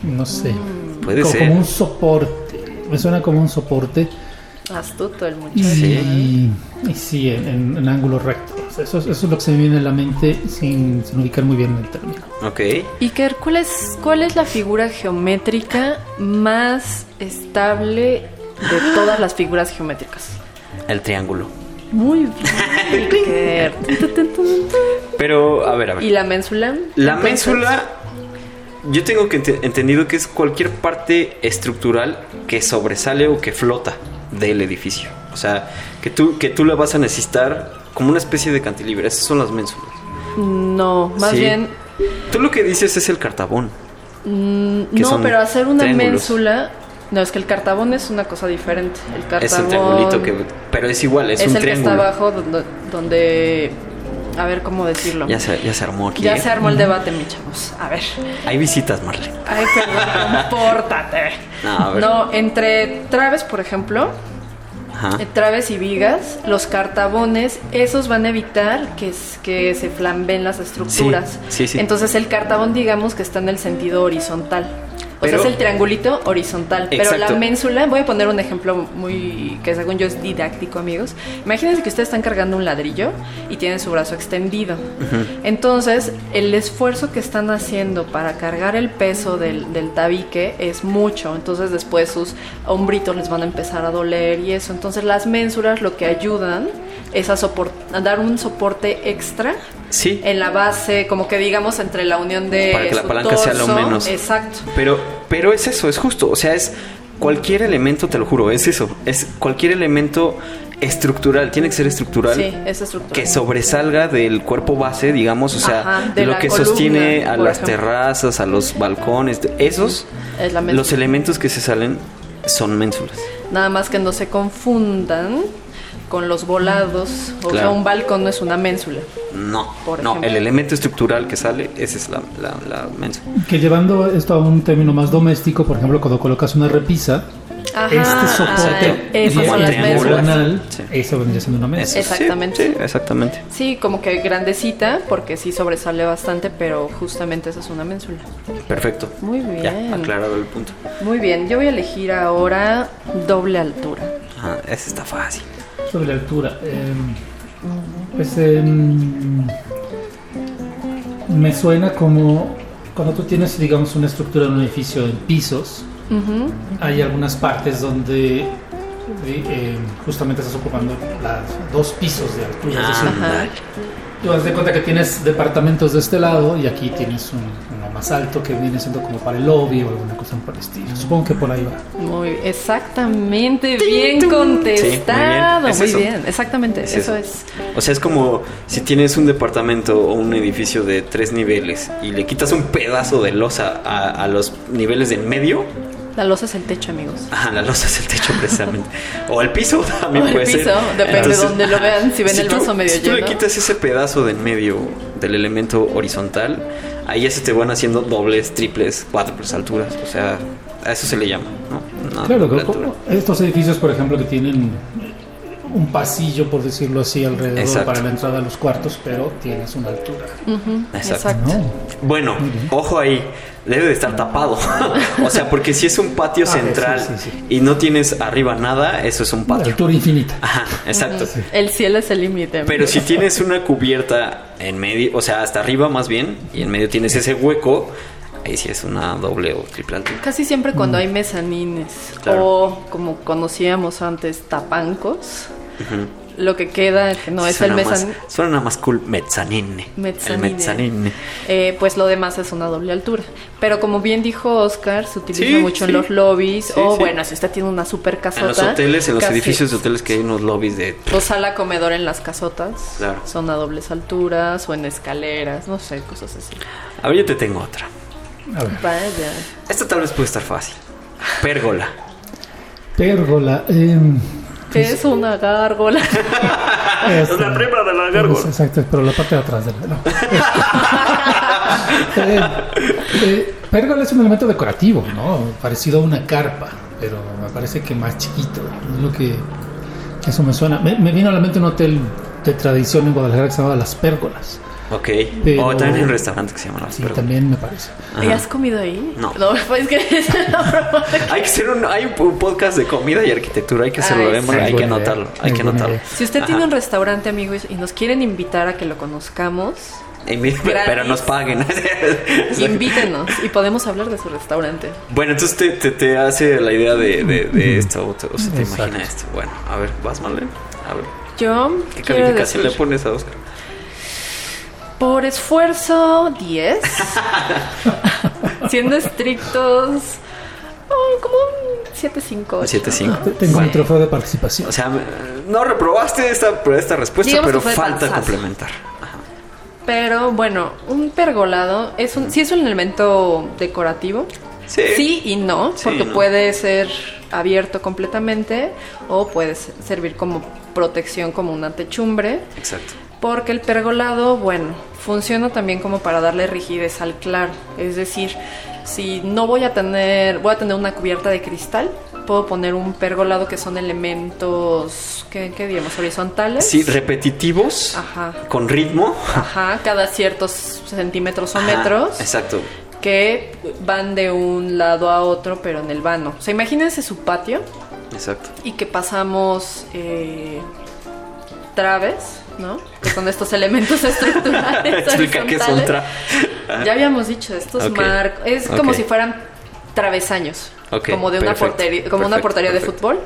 Speaker 4: No sé.
Speaker 2: Mm.
Speaker 3: Puede
Speaker 4: Co- como,
Speaker 3: ser.
Speaker 4: un soporte. Me suena como un soporte.
Speaker 2: Astuto el muchacho.
Speaker 4: Y y sí, en, en- en ángulo recto. O sea, Eso, es- eso es lo que se me viene a la mente sin, sin ubicar muy bien el término.
Speaker 3: Ok.
Speaker 2: Iker, ¿cuál es, ¿cuál es la figura geométrica más estable de todas las figuras geométricas?
Speaker 3: El triángulo.
Speaker 2: Muy bien, Iker.
Speaker 3: Pero, a ver, a ver.
Speaker 2: ¿Y la ménsula?
Speaker 3: La
Speaker 2: Entonces,
Speaker 3: ménsula, yo tengo que ente- entendido que es cualquier parte estructural que sobresale o que flota del edificio. O sea, que tú, que tú la vas a necesitar como una especie de cantilever. Esas son las ménsulas.
Speaker 2: No, más
Speaker 3: Sí.
Speaker 2: bien.
Speaker 3: Tú lo que dices es el cartabón.
Speaker 2: mm,
Speaker 3: Que
Speaker 2: No,
Speaker 3: son
Speaker 2: pero hacer una
Speaker 3: triángulos.
Speaker 2: ménsula. No, es que el cartabón es una cosa diferente. El cartabón
Speaker 3: Es el triangulito que. Pero es igual, es,
Speaker 2: es
Speaker 3: un
Speaker 2: el
Speaker 3: triángulo.
Speaker 2: que está abajo donde, donde- A ver cómo decirlo.
Speaker 3: Ya se, ya se armó aquí.
Speaker 2: Ya
Speaker 3: ¿eh?
Speaker 2: se armó el debate, mis chavos. A ver.
Speaker 3: Hay visitas, Marlene.
Speaker 2: Ay, perdón, compórtate.
Speaker 3: No, a ver.
Speaker 2: No, entre traves, por ejemplo,
Speaker 3: Ajá.
Speaker 2: eh, traves y vigas, los cartabones, esos van a evitar que, es- que se flamben las estructuras.
Speaker 3: sí, sí.
Speaker 2: Entonces el cartabón digamos que está en el sentido horizontal. O
Speaker 3: Pero-
Speaker 2: sea, es el triangulito horizontal. Pero la
Speaker 3: Exacto.
Speaker 2: ménsula, voy a poner un ejemplo muy que según yo es didáctico, amigos. Imagínense que ustedes están cargando un ladrillo y tienen su brazo extendido. Entonces, el esfuerzo que están haciendo para cargar el peso del, del tabique es mucho. Entonces, después sus hombritos les van a empezar a doler y eso. Entonces, las mensuras lo que ayudan es a, sopor- a dar un soporte extra
Speaker 3: Sí.
Speaker 2: en la base, como que digamos entre la unión de
Speaker 3: Para que la
Speaker 2: su
Speaker 3: palanca sea lo
Speaker 2: torso.
Speaker 3: menos.
Speaker 2: Exacto.
Speaker 3: Pero, pero es eso, es justo. O sea, es cualquier elemento, te lo juro, es eso. Es cualquier elemento estructural, tiene que ser estructural.
Speaker 2: Sí, esa estructura.
Speaker 3: Que sobresalga del cuerpo base, digamos, o sea,
Speaker 2: Ajá, de
Speaker 3: de lo
Speaker 2: la
Speaker 3: que
Speaker 2: columna,
Speaker 3: sostiene a
Speaker 2: por
Speaker 3: las
Speaker 2: ejemplo.
Speaker 3: terrazas, a los balcones, de- esos,
Speaker 2: Es la ménsula.
Speaker 3: los elementos que se salen son ménsulas.
Speaker 2: Nada más que no se confundan con los volados. O
Speaker 3: Claro.
Speaker 2: sea, un balcón no es una ménsula.
Speaker 3: No,
Speaker 2: Por
Speaker 3: no,
Speaker 2: ejemplo.
Speaker 3: el elemento estructural que sale, esa es la, la, la ménsula.
Speaker 4: Que llevando esto a un término más doméstico, por ejemplo, cuando colocas una repisa, este soporte
Speaker 2: ah, esas son las
Speaker 3: triangular.
Speaker 2: ménsulas.
Speaker 4: triangular,
Speaker 3: Sí.
Speaker 4: eso vendría siendo una
Speaker 3: Eso, sí,
Speaker 4: mesa.
Speaker 2: Exactamente.
Speaker 3: sí, exactamente.
Speaker 2: Sí, como que grandecita, porque sí sobresale bastante, pero justamente esa es una ménsula.
Speaker 3: Perfecto.
Speaker 2: Muy bien.
Speaker 3: Ya, aclarado el punto.
Speaker 2: Muy bien, yo voy a elegir ahora doble altura.
Speaker 3: Ah, ese está fácil.
Speaker 4: Sobre la altura, eh, pues eh, me suena como cuando tú tienes, digamos, una estructura en un edificio en pisos,
Speaker 2: Ujú.
Speaker 4: hay algunas partes donde eh, justamente estás ocupando las- dos pisos de altura. es decir,
Speaker 3: Ándale.
Speaker 4: Tú haz de cuenta que tienes departamentos de este lado y aquí tienes un- uno más alto que viene siendo como para el lobby o alguna cosa por el estilo. Supongo que por ahí va.
Speaker 2: Muy exactamente bien contestado.
Speaker 3: Sí, muy bien, es
Speaker 2: muy
Speaker 3: eso.
Speaker 2: bien, exactamente,
Speaker 3: Es
Speaker 2: eso,
Speaker 3: eso.
Speaker 2: es.
Speaker 3: O sea, es como si tienes un departamento o un edificio de tres niveles y le quitas un pedazo de losa a, a los niveles de en medio.
Speaker 2: La losa es el techo, amigos.
Speaker 3: Ajá, la losa es el techo precisamente. o el piso también
Speaker 2: O el
Speaker 3: puede ser.
Speaker 2: piso, depende dónde lo
Speaker 3: ajá,
Speaker 2: vean, si ven el
Speaker 3: tú-
Speaker 2: vaso medio
Speaker 3: si tú le
Speaker 2: lleno.
Speaker 3: quitas ese pedazo de en medio del elemento horizontal, ahí ya se te van haciendo dobles, triples, cuádruples alturas. O sea, a eso se le llama, ¿no? Una
Speaker 4: Claro,
Speaker 3: doble
Speaker 4: co-
Speaker 3: Ah, altura.
Speaker 4: estos edificios, por ejemplo, que tienen un pasillo, por decirlo así, alrededor
Speaker 3: Exacto.
Speaker 4: para la entrada a los cuartos, pero tienes una altura.
Speaker 3: Exacto.
Speaker 4: No.
Speaker 3: Bueno, ojo ahí, debe de estar tapado. o sea, porque si es un patio
Speaker 4: Ah,
Speaker 3: central
Speaker 4: sí, sí, sí.
Speaker 3: y no tienes arriba nada, eso es un
Speaker 4: Una
Speaker 3: patio.
Speaker 4: altura infinita.
Speaker 3: Ajá, exacto.
Speaker 2: El cielo es el límite. amigos.
Speaker 3: Pero si tienes una cubierta en medio, o sea, hasta arriba más bien, y en medio tienes ese hueco, ahí sí es una doble o triple altura.
Speaker 2: Casi siempre cuando hay mezanines
Speaker 3: Mm. Claro.
Speaker 2: o como conocíamos antes, tapancos, lo que queda que no es el
Speaker 3: Suena más-
Speaker 2: mezanín,
Speaker 3: Suena nada más cool, mezzanine.
Speaker 2: Mezzanine.
Speaker 3: El mezzanine.
Speaker 2: eh, pues lo demás es una doble altura. Pero como bien dijo Oscar, se utiliza
Speaker 3: Sí,
Speaker 2: mucho
Speaker 3: sí.
Speaker 2: en los lobbies
Speaker 3: Sí,
Speaker 2: o
Speaker 3: sí.
Speaker 2: bueno, si usted tiene una super casota.
Speaker 3: En los hoteles, en los
Speaker 2: casi-
Speaker 3: edificios de hoteles que hay unos lobbies de...
Speaker 2: O sala comedor en las casotas,
Speaker 3: Claro.
Speaker 2: son a dobles alturas o en escaleras, no sé, cosas así.
Speaker 3: A ver, Ah, yo te tengo otra.
Speaker 4: A ver,
Speaker 2: Vaya.
Speaker 3: Esta tal vez puede estar fácil. Pérgola.
Speaker 4: pérgola. em,
Speaker 2: Que es una gárgola.
Speaker 4: esta-
Speaker 3: de la
Speaker 4: Pues, Exacto, pero la parte de atrás de la. no. Eh, eh, pérgola es un elemento decorativo, ¿no? Parecido a una carpa, pero me parece que más chiquito. Es lo que. Eso me suena. Me, me vino a la mente un hotel de tradición en Guadalajara que se llamaba Las Pérgolas.
Speaker 3: Ok.
Speaker 4: Pero-
Speaker 3: O también hay un restaurante que se llama Las
Speaker 4: Sí,
Speaker 3: Pérgolas.
Speaker 4: también me parece.
Speaker 3: Ajá.
Speaker 2: ¿Y has comido ahí?
Speaker 3: No.
Speaker 2: pues que es una broma.
Speaker 3: Hay que hacer un, hay un podcast de comida y arquitectura, hay que hacerlo,
Speaker 2: Ay,
Speaker 3: ¿eh?
Speaker 2: sí.
Speaker 3: Bueno,
Speaker 4: Es
Speaker 3: hay que
Speaker 4: buena
Speaker 3: anotarlo,
Speaker 4: idea,
Speaker 3: hay
Speaker 4: es
Speaker 3: que
Speaker 4: buena
Speaker 3: anotarlo.
Speaker 4: idea.
Speaker 2: Si usted tiene un restaurante, amigos, y nos quieren invitar a que lo conozcamos,
Speaker 3: Y mi- pero
Speaker 2: Gratis.
Speaker 3: nos paguen.
Speaker 2: invítenos y podemos hablar de su restaurante.
Speaker 3: bueno, entonces te, te, te hace la idea de, de, de esto, o te- o sea, te
Speaker 4: Exacto.
Speaker 3: imaginas esto. Bueno, a ver, vas mal, A ver,
Speaker 2: Yo
Speaker 3: ¿qué
Speaker 2: quiero decir,
Speaker 3: calificación le pones a Oscar?
Speaker 2: por esfuerzo 10, siendo estrictos, oh, como un 7-5.
Speaker 3: Un 7.5.
Speaker 4: Te- Tengo
Speaker 3: Bueno,
Speaker 4: mi trofeo de participación.
Speaker 3: O sea, eh, no reprobaste esta, esta respuesta,
Speaker 2: Digamos que
Speaker 3: pero
Speaker 2: fue
Speaker 3: falta
Speaker 2: falsazo.
Speaker 3: complementar. Ajá.
Speaker 2: Pero bueno, un pergolado es un, sí es un elemento decorativo.
Speaker 3: Sí.
Speaker 2: Sí y no,
Speaker 3: Sí
Speaker 2: porque
Speaker 3: y no.
Speaker 2: puede ser abierto completamente o puede s- servir como protección, como una techumbre.
Speaker 3: Exacto.
Speaker 2: Porque el pergolado, bueno, funciona también como para darle rigidez al claro. Es decir, si no voy a tener, voy a tener una cubierta de cristal, puedo poner un pergolado que son elementos, ¿qué, qué digamos? Horizontales.
Speaker 3: Sí, repetitivos,
Speaker 2: Ajá.
Speaker 3: con ritmo.
Speaker 2: Ajá, cada ciertos centímetros o
Speaker 3: Ajá,
Speaker 2: metros
Speaker 3: Exacto.
Speaker 2: que van de un lado a otro, pero en el vano. O sea, imagínense su patio
Speaker 3: Exacto.
Speaker 2: y que pasamos eh, traves, ¿no? Que son estos elementos estructurales.
Speaker 3: Explica qué son
Speaker 2: horizontales.
Speaker 3: tra.
Speaker 2: Ya habíamos dicho, estos
Speaker 3: Ok.
Speaker 2: marcos. Es como
Speaker 3: Ok.
Speaker 2: si fueran travesaños.
Speaker 3: Ok,
Speaker 2: Como de una
Speaker 3: perfecto,
Speaker 2: portería, como una
Speaker 3: perfecto,
Speaker 2: portería de
Speaker 3: perfecto.
Speaker 2: fútbol.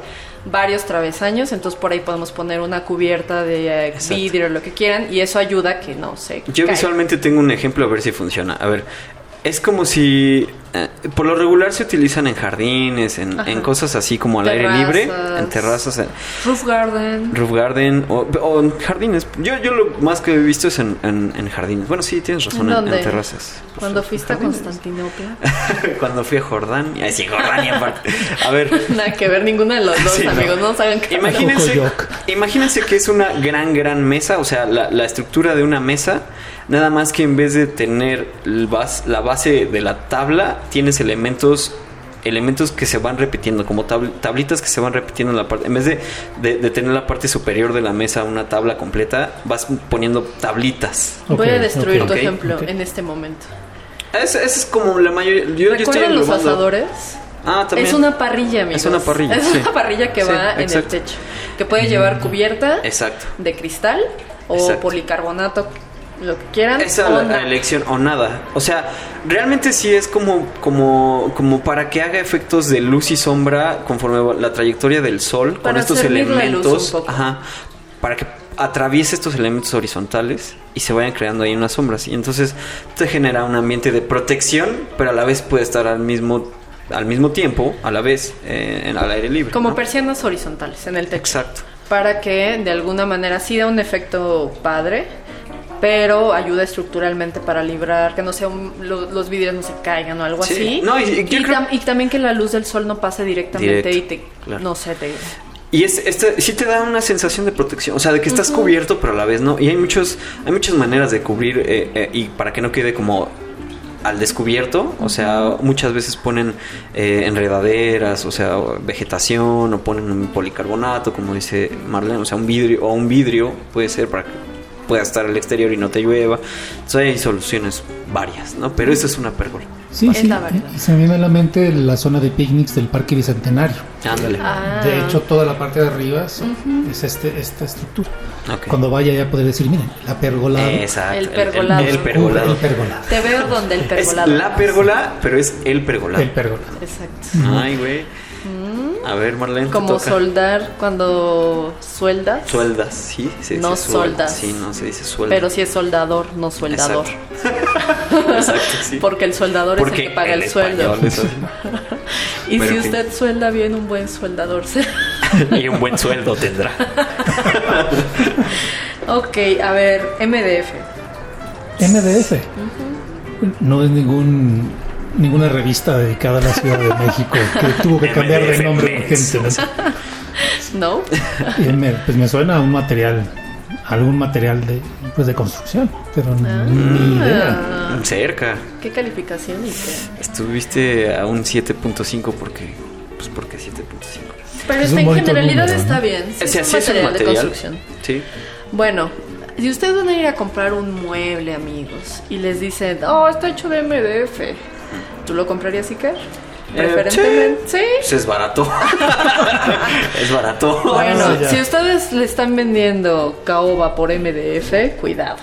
Speaker 2: Varios travesaños. Entonces por ahí podemos poner una cubierta de eh,
Speaker 3: Exacto.
Speaker 2: vidrio, lo que quieran. Y eso ayuda a que no se.
Speaker 3: Yo
Speaker 2: caiga.
Speaker 3: visualmente tengo un ejemplo a ver si funciona. A ver, es como si. eh, por lo regular se utilizan en jardines, en,
Speaker 2: Ajá.
Speaker 3: en cosas así como al aire libre, en
Speaker 2: Terrazas.
Speaker 3: terrazas, en
Speaker 2: Roof garden.
Speaker 3: roof garden o, o en jardines. Yo, yo lo más que he visto es en, en- en jardines. Bueno, sí, tienes razón,
Speaker 2: ¿En
Speaker 3: en, en
Speaker 2: dónde?
Speaker 3: terrazas.
Speaker 2: Cuando fuiste a Constantinopla.
Speaker 3: Cuando fui a Jordania. Ay, sí, Jordania aparte. A ver,
Speaker 2: Nada que ver, ninguno de los dos,
Speaker 3: Sí, no.
Speaker 2: amigos. No, nos hagan caso.
Speaker 3: Imagínense,
Speaker 4: Cocoyoc.
Speaker 3: imagínense que es una gran, gran mesa, o sea, la, la estructura de una mesa, nada más que en vez de tener el bas- la base de la tabla, tienes elementos elementos que se van repitiendo, como tabl- tablitas que se van repitiendo en la parte, en vez de, de- de tener la parte superior de la mesa una tabla completa, vas poniendo tablitas.
Speaker 2: Voy a
Speaker 4: Ok,
Speaker 2: destruir
Speaker 4: ok,
Speaker 2: tu
Speaker 3: ok,
Speaker 2: ejemplo
Speaker 4: ok.
Speaker 2: en este momento.
Speaker 3: Esa esa es como la mayoría... Yo, yo estoy
Speaker 2: ¿Recuerdan los
Speaker 3: englobando-
Speaker 2: asadores?
Speaker 3: Ah, también.
Speaker 2: Es una parrilla, amigos.
Speaker 3: Es una parrilla,
Speaker 2: Es
Speaker 3: sí.
Speaker 2: una parrilla que
Speaker 3: Sí,
Speaker 2: va en el
Speaker 3: exacto.
Speaker 2: techo. Que puede llevar
Speaker 4: Mm.
Speaker 2: cubierta
Speaker 3: Exacto.
Speaker 2: de cristal o
Speaker 3: Exacto.
Speaker 2: policarbonato, lo que quieran.
Speaker 3: Esa
Speaker 2: o
Speaker 3: la,
Speaker 2: na-
Speaker 3: la elección o nada. O sea, realmente sí es como, como, como para que haga efectos de luz y sombra conforme va la trayectoria del sol con
Speaker 2: Para
Speaker 3: estos
Speaker 2: cernir la luz
Speaker 3: elementos.
Speaker 2: un poco.
Speaker 3: Ajá. Para que atraviese estos elementos horizontales y se vayan creando ahí unas sombras. Y entonces te genera un ambiente de protección, pero a la vez puede estar al mismo, al mismo tiempo, a la vez, eh, en- al aire libre.
Speaker 2: Como
Speaker 3: ¿no?
Speaker 2: persianas horizontales en el techo.
Speaker 3: Exacto.
Speaker 2: Para que de alguna manera sí da un efecto padre, pero ayuda estructuralmente para librar que no sea un- lo- los vidrios no se caigan o algo
Speaker 3: Sí.
Speaker 2: así.
Speaker 3: No, y- y yo creo-
Speaker 2: tam- y también que la luz del sol no pase directamente
Speaker 3: Directo,
Speaker 2: y te,
Speaker 3: claro.
Speaker 2: no sé, te,
Speaker 3: Y es, este sí te da una sensación de protección, o sea, de que estás cubierto, pero a la vez no. Y hay muchos, hay muchas maneras de cubrir eh, eh, y para que no quede como al descubierto, o sea, muchas veces ponen eh, enredaderas, o sea, vegetación, o ponen un policarbonato, como dice Marlene, o sea, un vidrio o un vidrio puede ser para que pueda estar al exterior y no te llueva. Entonces hay soluciones varias, ¿no? Pero eso es una pérgola.
Speaker 4: Sí,
Speaker 2: Es
Speaker 4: sí.
Speaker 2: la verdad.
Speaker 4: y Se me viene a la mente la zona de picnics del Parque Bicentenario.
Speaker 3: Ándale.
Speaker 2: Ah.
Speaker 4: De hecho, toda la parte de arriba es, es este, esta estructura.
Speaker 3: Ok.
Speaker 4: Cuando vaya ya podré decir, miren, la pergola.
Speaker 3: Exacto.
Speaker 2: El pergolado.
Speaker 3: El, el pergolado.
Speaker 4: El pergolado.
Speaker 2: te veo donde el
Speaker 3: Es
Speaker 2: pergolado.
Speaker 3: la pérgola, pero es el pergolado.
Speaker 4: El pergolado.
Speaker 2: Exacto.
Speaker 3: Ay, güey. A ver, Marlene. te
Speaker 2: Mm. Como
Speaker 3: toca.
Speaker 2: soldar cuando sueldas.
Speaker 3: Sueldas, sí. Se
Speaker 2: No
Speaker 3: dice suelda.
Speaker 2: soldas.
Speaker 3: Sí, no se dice suelda.
Speaker 2: Pero si es soldador, no soldador.
Speaker 3: Exacto, Exacto, sí.
Speaker 2: Porque el soldador es el que paga el, sueldo.
Speaker 3: español es
Speaker 2: Y
Speaker 3: Pero
Speaker 2: si
Speaker 3: en fin.
Speaker 2: usted suelda bien, un buen soldador será.
Speaker 3: así. y un buen sueldo tendrá.
Speaker 2: ok, a ver, MDF.
Speaker 4: MDF. No es ningún ninguna revista dedicada a la Ciudad de México que tuvo que cambiar de
Speaker 3: MDF,
Speaker 4: nombre
Speaker 3: mens.
Speaker 4: urgente.
Speaker 2: ¿No?
Speaker 4: ¿no? Y me- pues me suena a un material, algún material de, pues de construcción, pero ni idea.
Speaker 2: Ah,
Speaker 3: Cerca.
Speaker 2: ¿Qué calificación y qué?
Speaker 3: Estuviste a un 7.5 porque. Pues porque 7.5.
Speaker 2: Pero
Speaker 4: Es
Speaker 2: está
Speaker 4: un
Speaker 2: en
Speaker 4: bonito
Speaker 2: generalidad
Speaker 4: número, ¿no?
Speaker 2: está bien. Sí,
Speaker 3: O sea,
Speaker 2: es
Speaker 3: sí
Speaker 2: un
Speaker 3: es un
Speaker 2: material de
Speaker 3: material.
Speaker 2: construcción.
Speaker 3: Sí.
Speaker 2: Bueno, si ustedes van a ir a comprar un mueble, amigos, y les dicen, oh, está hecho de MDF, ¿tú lo comprarías, Iker? Preferentemente. Eh, Sí.
Speaker 3: Pues es barato. es barato.
Speaker 2: Bueno,
Speaker 4: Ah, sí, ya.
Speaker 2: si ustedes le están vendiendo caoba por MDF, cuidado.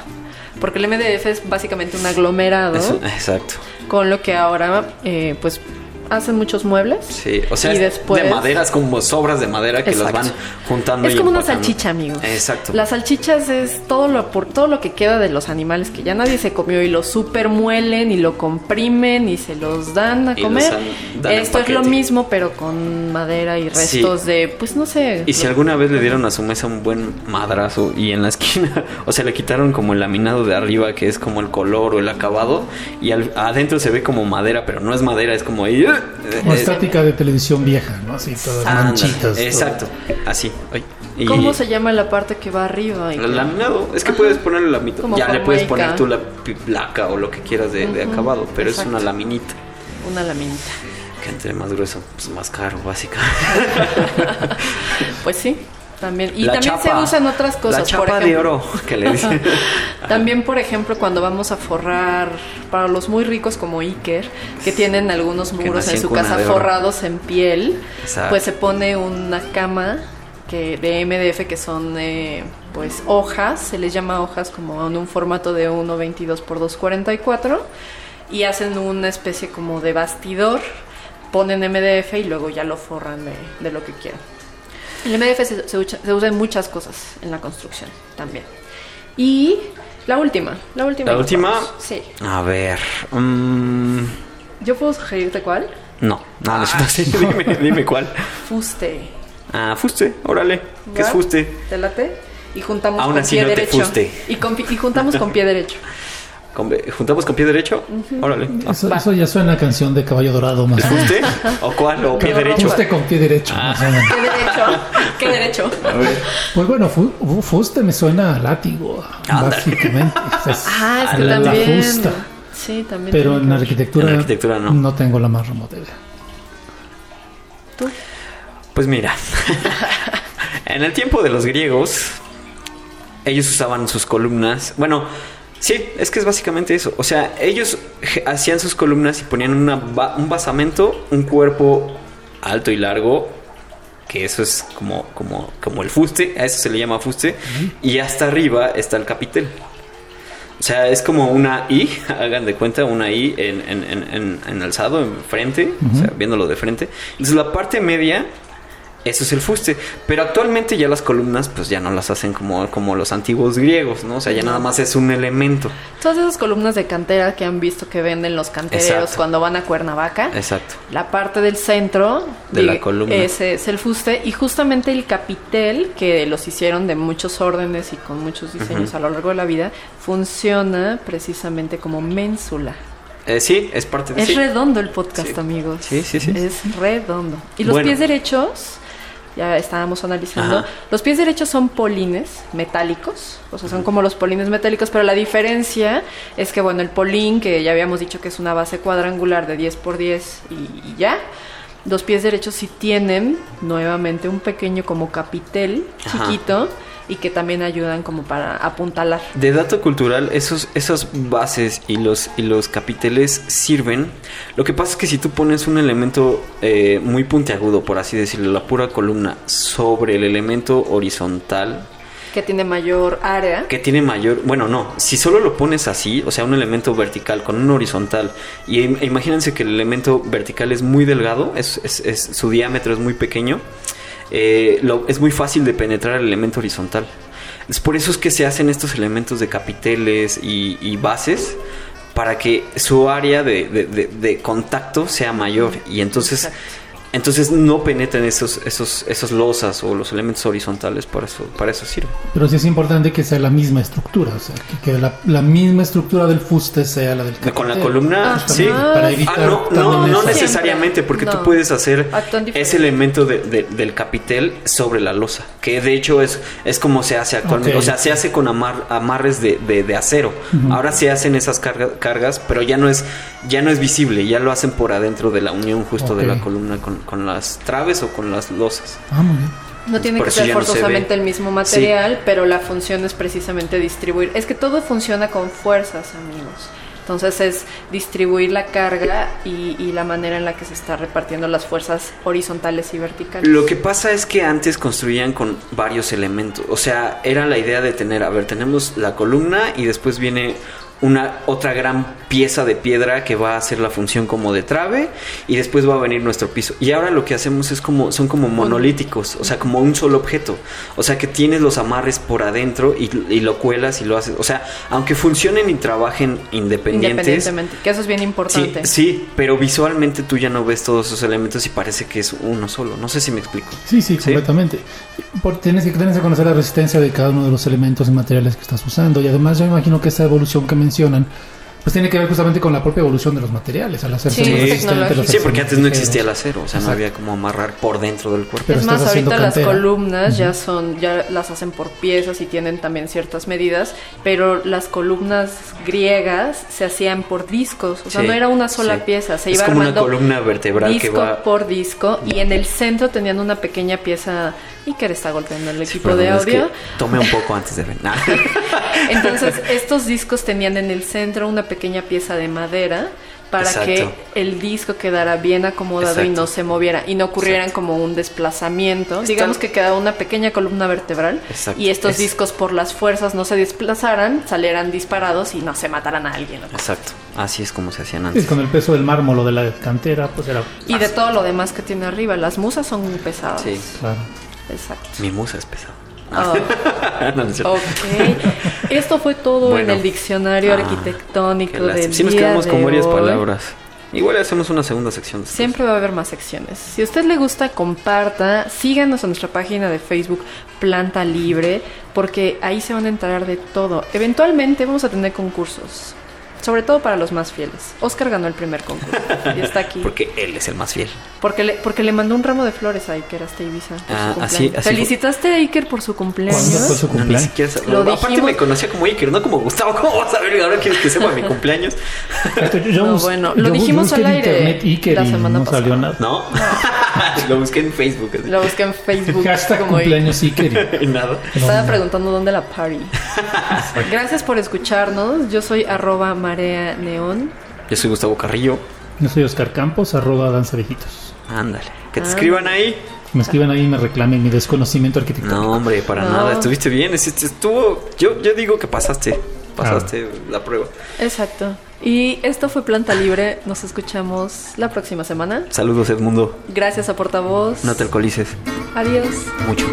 Speaker 2: Porque el MDF es básicamente un aglomerado,
Speaker 3: Es un- exacto.
Speaker 2: con lo que ahora, eh, pues, hacen muchos muebles.
Speaker 3: Sí, o sea,
Speaker 2: Y
Speaker 3: es
Speaker 2: después-
Speaker 3: de maderas, como sobras de madera que
Speaker 2: Exacto.
Speaker 3: las van juntando.
Speaker 2: Es
Speaker 3: y
Speaker 2: como una
Speaker 3: empacando.
Speaker 2: salchicha, amigos.
Speaker 3: Exacto.
Speaker 2: Las salchichas es todo lo por todo lo que queda de los animales que ya nadie se comió y lo super muelen y lo comprimen y se los dan a
Speaker 3: Y los
Speaker 2: comer.
Speaker 3: dan- dan en
Speaker 2: Esto es lo
Speaker 3: paquete.
Speaker 2: mismo, pero con madera y
Speaker 3: Sí.
Speaker 2: restos de, pues no sé.
Speaker 3: Y si alguna vez le dieron a su mesa un buen madrazo y en la esquina, o sea, le quitaron como el laminado de arriba que es como el color o el acabado y al- adentro se ve como madera, pero no es madera, es como ahí, eh,
Speaker 4: Una
Speaker 3: eh,
Speaker 4: estática de televisión vieja, ¿no? Así todas
Speaker 3: ándale,
Speaker 4: manchitas. todo.
Speaker 3: Exacto, así. ay, y-
Speaker 2: ¿Cómo se llama la parte que va arriba?
Speaker 3: El laminado, es que puedes ponerle la mitad.
Speaker 2: Como
Speaker 3: Ya le puedes
Speaker 2: formaica.
Speaker 3: poner tú la pi- placa o lo que quieras de, de acabado, pero
Speaker 2: exacto.
Speaker 3: es una laminita.
Speaker 2: Una laminita.
Speaker 3: Que entre más grueso, pues más caro, básica.
Speaker 2: Pues sí, también. Y también se usan otras cosas.
Speaker 3: La chapa
Speaker 2: por
Speaker 3: de
Speaker 2: ejemplo.
Speaker 3: oro, que le dicen.
Speaker 2: También, por ejemplo, cuando vamos a forrar para los muy ricos como Iker, que tienen algunos muros
Speaker 3: nació
Speaker 2: en
Speaker 3: en
Speaker 2: su
Speaker 3: cuna
Speaker 2: casa
Speaker 3: de oro.
Speaker 2: forrados en piel,
Speaker 3: Exacto.
Speaker 2: pues se pone una cama que de MDF que son eh, pues hojas, se les llama hojas como en un formato de 1.22 por 2.44 y hacen una especie como de bastidor, ponen MDF y luego ya lo forran de, de lo que quieran. El MDF se, se ucha- se usa en muchas cosas en la construcción también. Y la última, la última.
Speaker 3: La
Speaker 2: que
Speaker 3: última.
Speaker 2: vamos. Sí.
Speaker 3: A ver. mm,
Speaker 2: ¿Yo puedo sugerirte cuál?
Speaker 3: no, no, no, es fácil. dime, dime cuál.
Speaker 2: Fuste.
Speaker 3: Ah, fuste, órale. ¿Qué es
Speaker 2: ¿va?
Speaker 3: fuste?
Speaker 2: ¿Te late? Y juntamos
Speaker 3: Aún
Speaker 2: con
Speaker 3: así
Speaker 2: pie
Speaker 3: no te
Speaker 2: derecho.
Speaker 3: fuste.
Speaker 2: Y, con pi- y juntamos con pie derecho.
Speaker 3: Con- ¿Juntamos con pie derecho? Órale. Ah,
Speaker 4: Eso,
Speaker 2: Va.
Speaker 4: eso ya suena a canción de Caballo Dorado más o menos.
Speaker 3: ¿Fuste? ¿O cuál? ¿O pie
Speaker 2: No, no,
Speaker 3: derecho? Ah.
Speaker 4: Fuste con pie derecho. más o menos.
Speaker 2: ¿Qué derecho? ¿Qué derecho?
Speaker 4: Pues bueno, fu- fu- fuste me suena a látigo,
Speaker 3: Ándale.
Speaker 4: básicamente. O sea, es
Speaker 2: Ah, es que
Speaker 4: la- la
Speaker 2: también.
Speaker 4: fusta.
Speaker 2: Sí, también.
Speaker 4: Pero
Speaker 2: tiene
Speaker 4: en
Speaker 2: que ver.
Speaker 4: arquitectura,
Speaker 3: En arquitectura no.
Speaker 4: tengo la más remota idea.
Speaker 2: ¿Tú?
Speaker 3: Pues mira, en el tiempo de los griegos, ellos usaban sus columnas. Bueno, sí, es que es básicamente eso. O sea, ellos je- hacían sus columnas y ponían una ba- un basamento, un cuerpo alto y largo, que eso es como, como, como el fuste, a eso se le llama fuste, y hasta arriba está el capitel. O sea, es como una I, hagan de cuenta, una I en, en, en- en- en alzado, en frente, o sea, viéndolo de frente. Entonces la parte media, eso es el fuste. Pero actualmente ya las columnas, pues ya no las hacen como, como los antiguos griegos, ¿no? O sea, ya nada más es un elemento.
Speaker 2: Todas esas columnas de cantera que han visto que venden los cantereros
Speaker 3: Exacto.
Speaker 2: cuando van a Cuernavaca.
Speaker 3: Exacto.
Speaker 2: La parte del centro
Speaker 3: De la columna.
Speaker 2: Ese es el fuste y justamente el capitel que los hicieron de muchos órdenes y con muchos diseños a lo largo de la vida funciona precisamente como ménsula.
Speaker 3: Eh, sí, es parte de
Speaker 2: Es
Speaker 3: sí.
Speaker 2: redondo el podcast,
Speaker 3: Sí.
Speaker 2: amigos.
Speaker 3: Sí, sí, sí.
Speaker 2: Es redondo. Y los
Speaker 3: Bueno.
Speaker 2: pies derechos, ya estábamos analizando,
Speaker 3: Ajá.
Speaker 2: los pies derechos son polines metálicos, o sea, son como los polines metálicos, pero la diferencia es que, bueno, el polín, que ya habíamos dicho que es una base cuadrangular de 10 por 10 y, y ya. Los pies derechos sí tienen nuevamente un pequeño como capitel
Speaker 3: Ajá.
Speaker 2: chiquito y que también ayudan como para apuntalar.
Speaker 3: De dato cultural, esos, esas bases y los, y los capiteles sirven. Lo que pasa es que si tú pones un elemento eh, muy puntiagudo, por así decirlo, la pura columna, sobre el elemento horizontal,
Speaker 2: Que tiene mayor área.
Speaker 3: que tiene mayor. Bueno, no. Si solo lo pones así, o sea, un elemento vertical con un horizontal, y im- imagínense que el elemento vertical es muy delgado, es, es- es- su diámetro es muy pequeño, eh, lo- es muy fácil de penetrar el elemento horizontal. Es por eso es que se hacen estos elementos de capiteles y, y bases para que su área de, de- de- de contacto sea mayor y entonces entonces no penetren esos esos esos losas o los elementos horizontales para eso para eso sirve
Speaker 4: Pero sí es importante que sea la misma estructura, o sea, que, que la, la misma estructura del fuste sea la del capitel.
Speaker 3: Con la columna,
Speaker 2: Ah,
Speaker 3: sí.
Speaker 2: ah,
Speaker 4: Para
Speaker 3: Ah,
Speaker 4: evitar
Speaker 3: no, no,
Speaker 4: también
Speaker 3: no
Speaker 4: esa-
Speaker 3: necesariamente, porque tú
Speaker 2: No.
Speaker 3: puedes hacer
Speaker 2: Actúan diferente.
Speaker 3: ese elemento de- de- del capitel sobre la losa, que de hecho es, es como se hace actualmente,
Speaker 4: Ok.
Speaker 3: o sea, se hace con amar- amarres de, de- de acero. Ahora se hacen esas carga- cargas, pero ya no es ya no es visible, ya lo hacen por adentro de la unión justo de
Speaker 4: Ok.
Speaker 3: la columna con, con las traves o con las losas.
Speaker 4: Ah, muy bien.
Speaker 2: No tiene
Speaker 3: Por
Speaker 2: que
Speaker 3: eso
Speaker 2: ser
Speaker 3: ya no se
Speaker 2: forzosamente
Speaker 3: ve.
Speaker 2: el mismo material, pero la función es precisamente distribuir. Es que todo funciona con fuerzas, amigos. Entonces es distribuir la carga y, y la manera en la que se está repartiendo las fuerzas horizontales y verticales.
Speaker 3: Lo que pasa es que antes construían con varios elementos. O sea, era la idea de tener, a ver, tenemos la columna y después viene una otra gran pieza de piedra que va a hacer la función como de trave y después va a venir nuestro piso. Y ahora lo que hacemos es como son como monolíticos, o sea, como un solo objeto. O sea, que tienes los amarres por adentro y, y lo cuelas y lo haces. O sea, aunque funcionen y trabajen independientes,
Speaker 2: Independientemente, que eso es bien
Speaker 3: Sí,
Speaker 2: importante.
Speaker 3: sí, pero visualmente tú ya no ves todos esos elementos y parece que es uno solo. No sé si me explico.
Speaker 4: Sí, sí,
Speaker 3: Sí.
Speaker 4: completamente. Por- tienes, que, tienes que conocer la resistencia de cada uno de los elementos y materiales que estás usando. Y además yo imagino que esa evolución que mencionan pues tiene que ver justamente con la propia evolución de los materiales, al hacerse
Speaker 2: Sí,
Speaker 4: más
Speaker 2: es
Speaker 4: resistente, los
Speaker 2: tecnológico.
Speaker 3: Sí, porque antes no
Speaker 4: acero
Speaker 3: existía el acero, o sea, no
Speaker 4: Exacto.
Speaker 3: había como amarrar por dentro del cuerpo.
Speaker 4: Pero
Speaker 2: es
Speaker 4: estás
Speaker 2: más,
Speaker 4: haciendo
Speaker 2: ahorita las
Speaker 4: cantera.
Speaker 2: columnas ya son, ya las hacen por piezas y tienen también ciertas medidas, pero las columnas griegas se hacían por discos, o sea,
Speaker 3: Sí,
Speaker 2: no era una sola
Speaker 3: sí.
Speaker 2: pieza, se
Speaker 3: Es
Speaker 2: iba
Speaker 3: como una
Speaker 2: armando
Speaker 3: columna vertebral que
Speaker 2: disco
Speaker 3: va-
Speaker 2: por disco y en el centro tenían una pequeña pieza y que le está golpeando el
Speaker 3: Sí,
Speaker 2: equipo
Speaker 3: perdón,
Speaker 2: de
Speaker 3: es que
Speaker 2: audio.
Speaker 3: tomé un poco antes de ver. Nah.
Speaker 2: Entonces, estos discos tenían en el centro una pequeña pieza de madera para
Speaker 3: Exacto.
Speaker 2: que el disco quedara bien acomodado y
Speaker 3: Exacto.
Speaker 2: no se moviera y no ocurrieran
Speaker 3: Exacto.
Speaker 2: como un desplazamiento. Digamos que quedaba una pequeña columna vertebral
Speaker 3: Exacto.
Speaker 2: y estos
Speaker 3: Es-
Speaker 2: discos por las fuerzas no se desplazaran, salieran disparados y no se mataran a alguien. ¿no?
Speaker 3: Exacto, así es como se hacían
Speaker 4: Y
Speaker 3: antes.
Speaker 4: con el peso del mármol o de la cantera, pues era
Speaker 2: Y de todo lo demás que tiene arriba, las musas son muy pesadas.
Speaker 3: Sí,
Speaker 4: claro.
Speaker 2: Exacto.
Speaker 3: mi musa es pesada.
Speaker 2: Ah.
Speaker 3: No, no es cierto.
Speaker 2: Ok, esto fue todo
Speaker 3: Bueno.
Speaker 2: en el diccionario
Speaker 3: Ah, Qué
Speaker 2: arquitectónico
Speaker 3: lástima.
Speaker 2: del
Speaker 3: Sí nos
Speaker 2: día
Speaker 3: quedamos con
Speaker 2: de
Speaker 3: varias
Speaker 2: hoy.
Speaker 3: palabras. Igual hacemos una segunda sección. después.
Speaker 2: Siempre va a haber más secciones. Si a usted le gusta, comparta, síganos en nuestra página de Facebook Planta Libre, porque ahí se van a enterar de todo. Eventualmente vamos a tener concursos, sobre todo para los más fieles. Oscar ganó el primer concurso y está aquí.
Speaker 3: Porque él es el más fiel.
Speaker 2: Porque le, porque le mandó un ramo de flores a Iker hasta Ibiza. por su
Speaker 3: Ah,
Speaker 2: cumpleaños.
Speaker 3: así- así-
Speaker 2: Felicitaste a Iker por su
Speaker 4: ¿Cuándo fue
Speaker 2: cumpleaños.
Speaker 4: su
Speaker 3: No, ni
Speaker 4: cumpleaños?
Speaker 3: siquiera sab-
Speaker 2: Lo
Speaker 3: Aparte
Speaker 2: dijimos-
Speaker 3: me conocía como Iker, no como Gustavo. ¿Cómo vas a ver? Ahora quieres que sepa mi cumpleaños.
Speaker 4: Este, Yo- yo
Speaker 2: No,
Speaker 4: bus-
Speaker 2: bueno, lo
Speaker 4: yo bus-
Speaker 2: dijimos
Speaker 4: busqué
Speaker 2: al
Speaker 4: en
Speaker 2: aire
Speaker 4: internet Iker
Speaker 2: la
Speaker 4: y
Speaker 2: semana
Speaker 4: no salió
Speaker 2: pasada.
Speaker 4: nada.
Speaker 3: No. Lo busqué en Facebook. así.
Speaker 2: Lo busqué en Facebook.
Speaker 4: Hashtag
Speaker 2: como Iker.
Speaker 4: cumpleaños Iker.
Speaker 3: Y nada.
Speaker 2: Estaba preguntando dónde la party. Gracias por escucharnos. Yo soy arroba marea neón.
Speaker 3: Yo soy Gustavo Carrillo.
Speaker 4: Yo soy Oscar Campos, arroba danza viejitos.
Speaker 3: Ándale. Que te
Speaker 2: Ah.
Speaker 3: escriban ahí.
Speaker 4: Me escriban ahí y me reclamen mi desconocimiento arquitectónico.
Speaker 3: No, hombre, para
Speaker 2: No.
Speaker 3: nada. Estuviste bien. Este Estuvo. Yo, yo digo que pasaste. Pasaste la prueba.
Speaker 2: Exacto. Y esto fue Planta Libre. Nos escuchamos la próxima semana.
Speaker 3: Saludos, Edmundo.
Speaker 2: Gracias a Portavoz.
Speaker 3: No te alcoholices
Speaker 2: Adiós.
Speaker 3: mucho.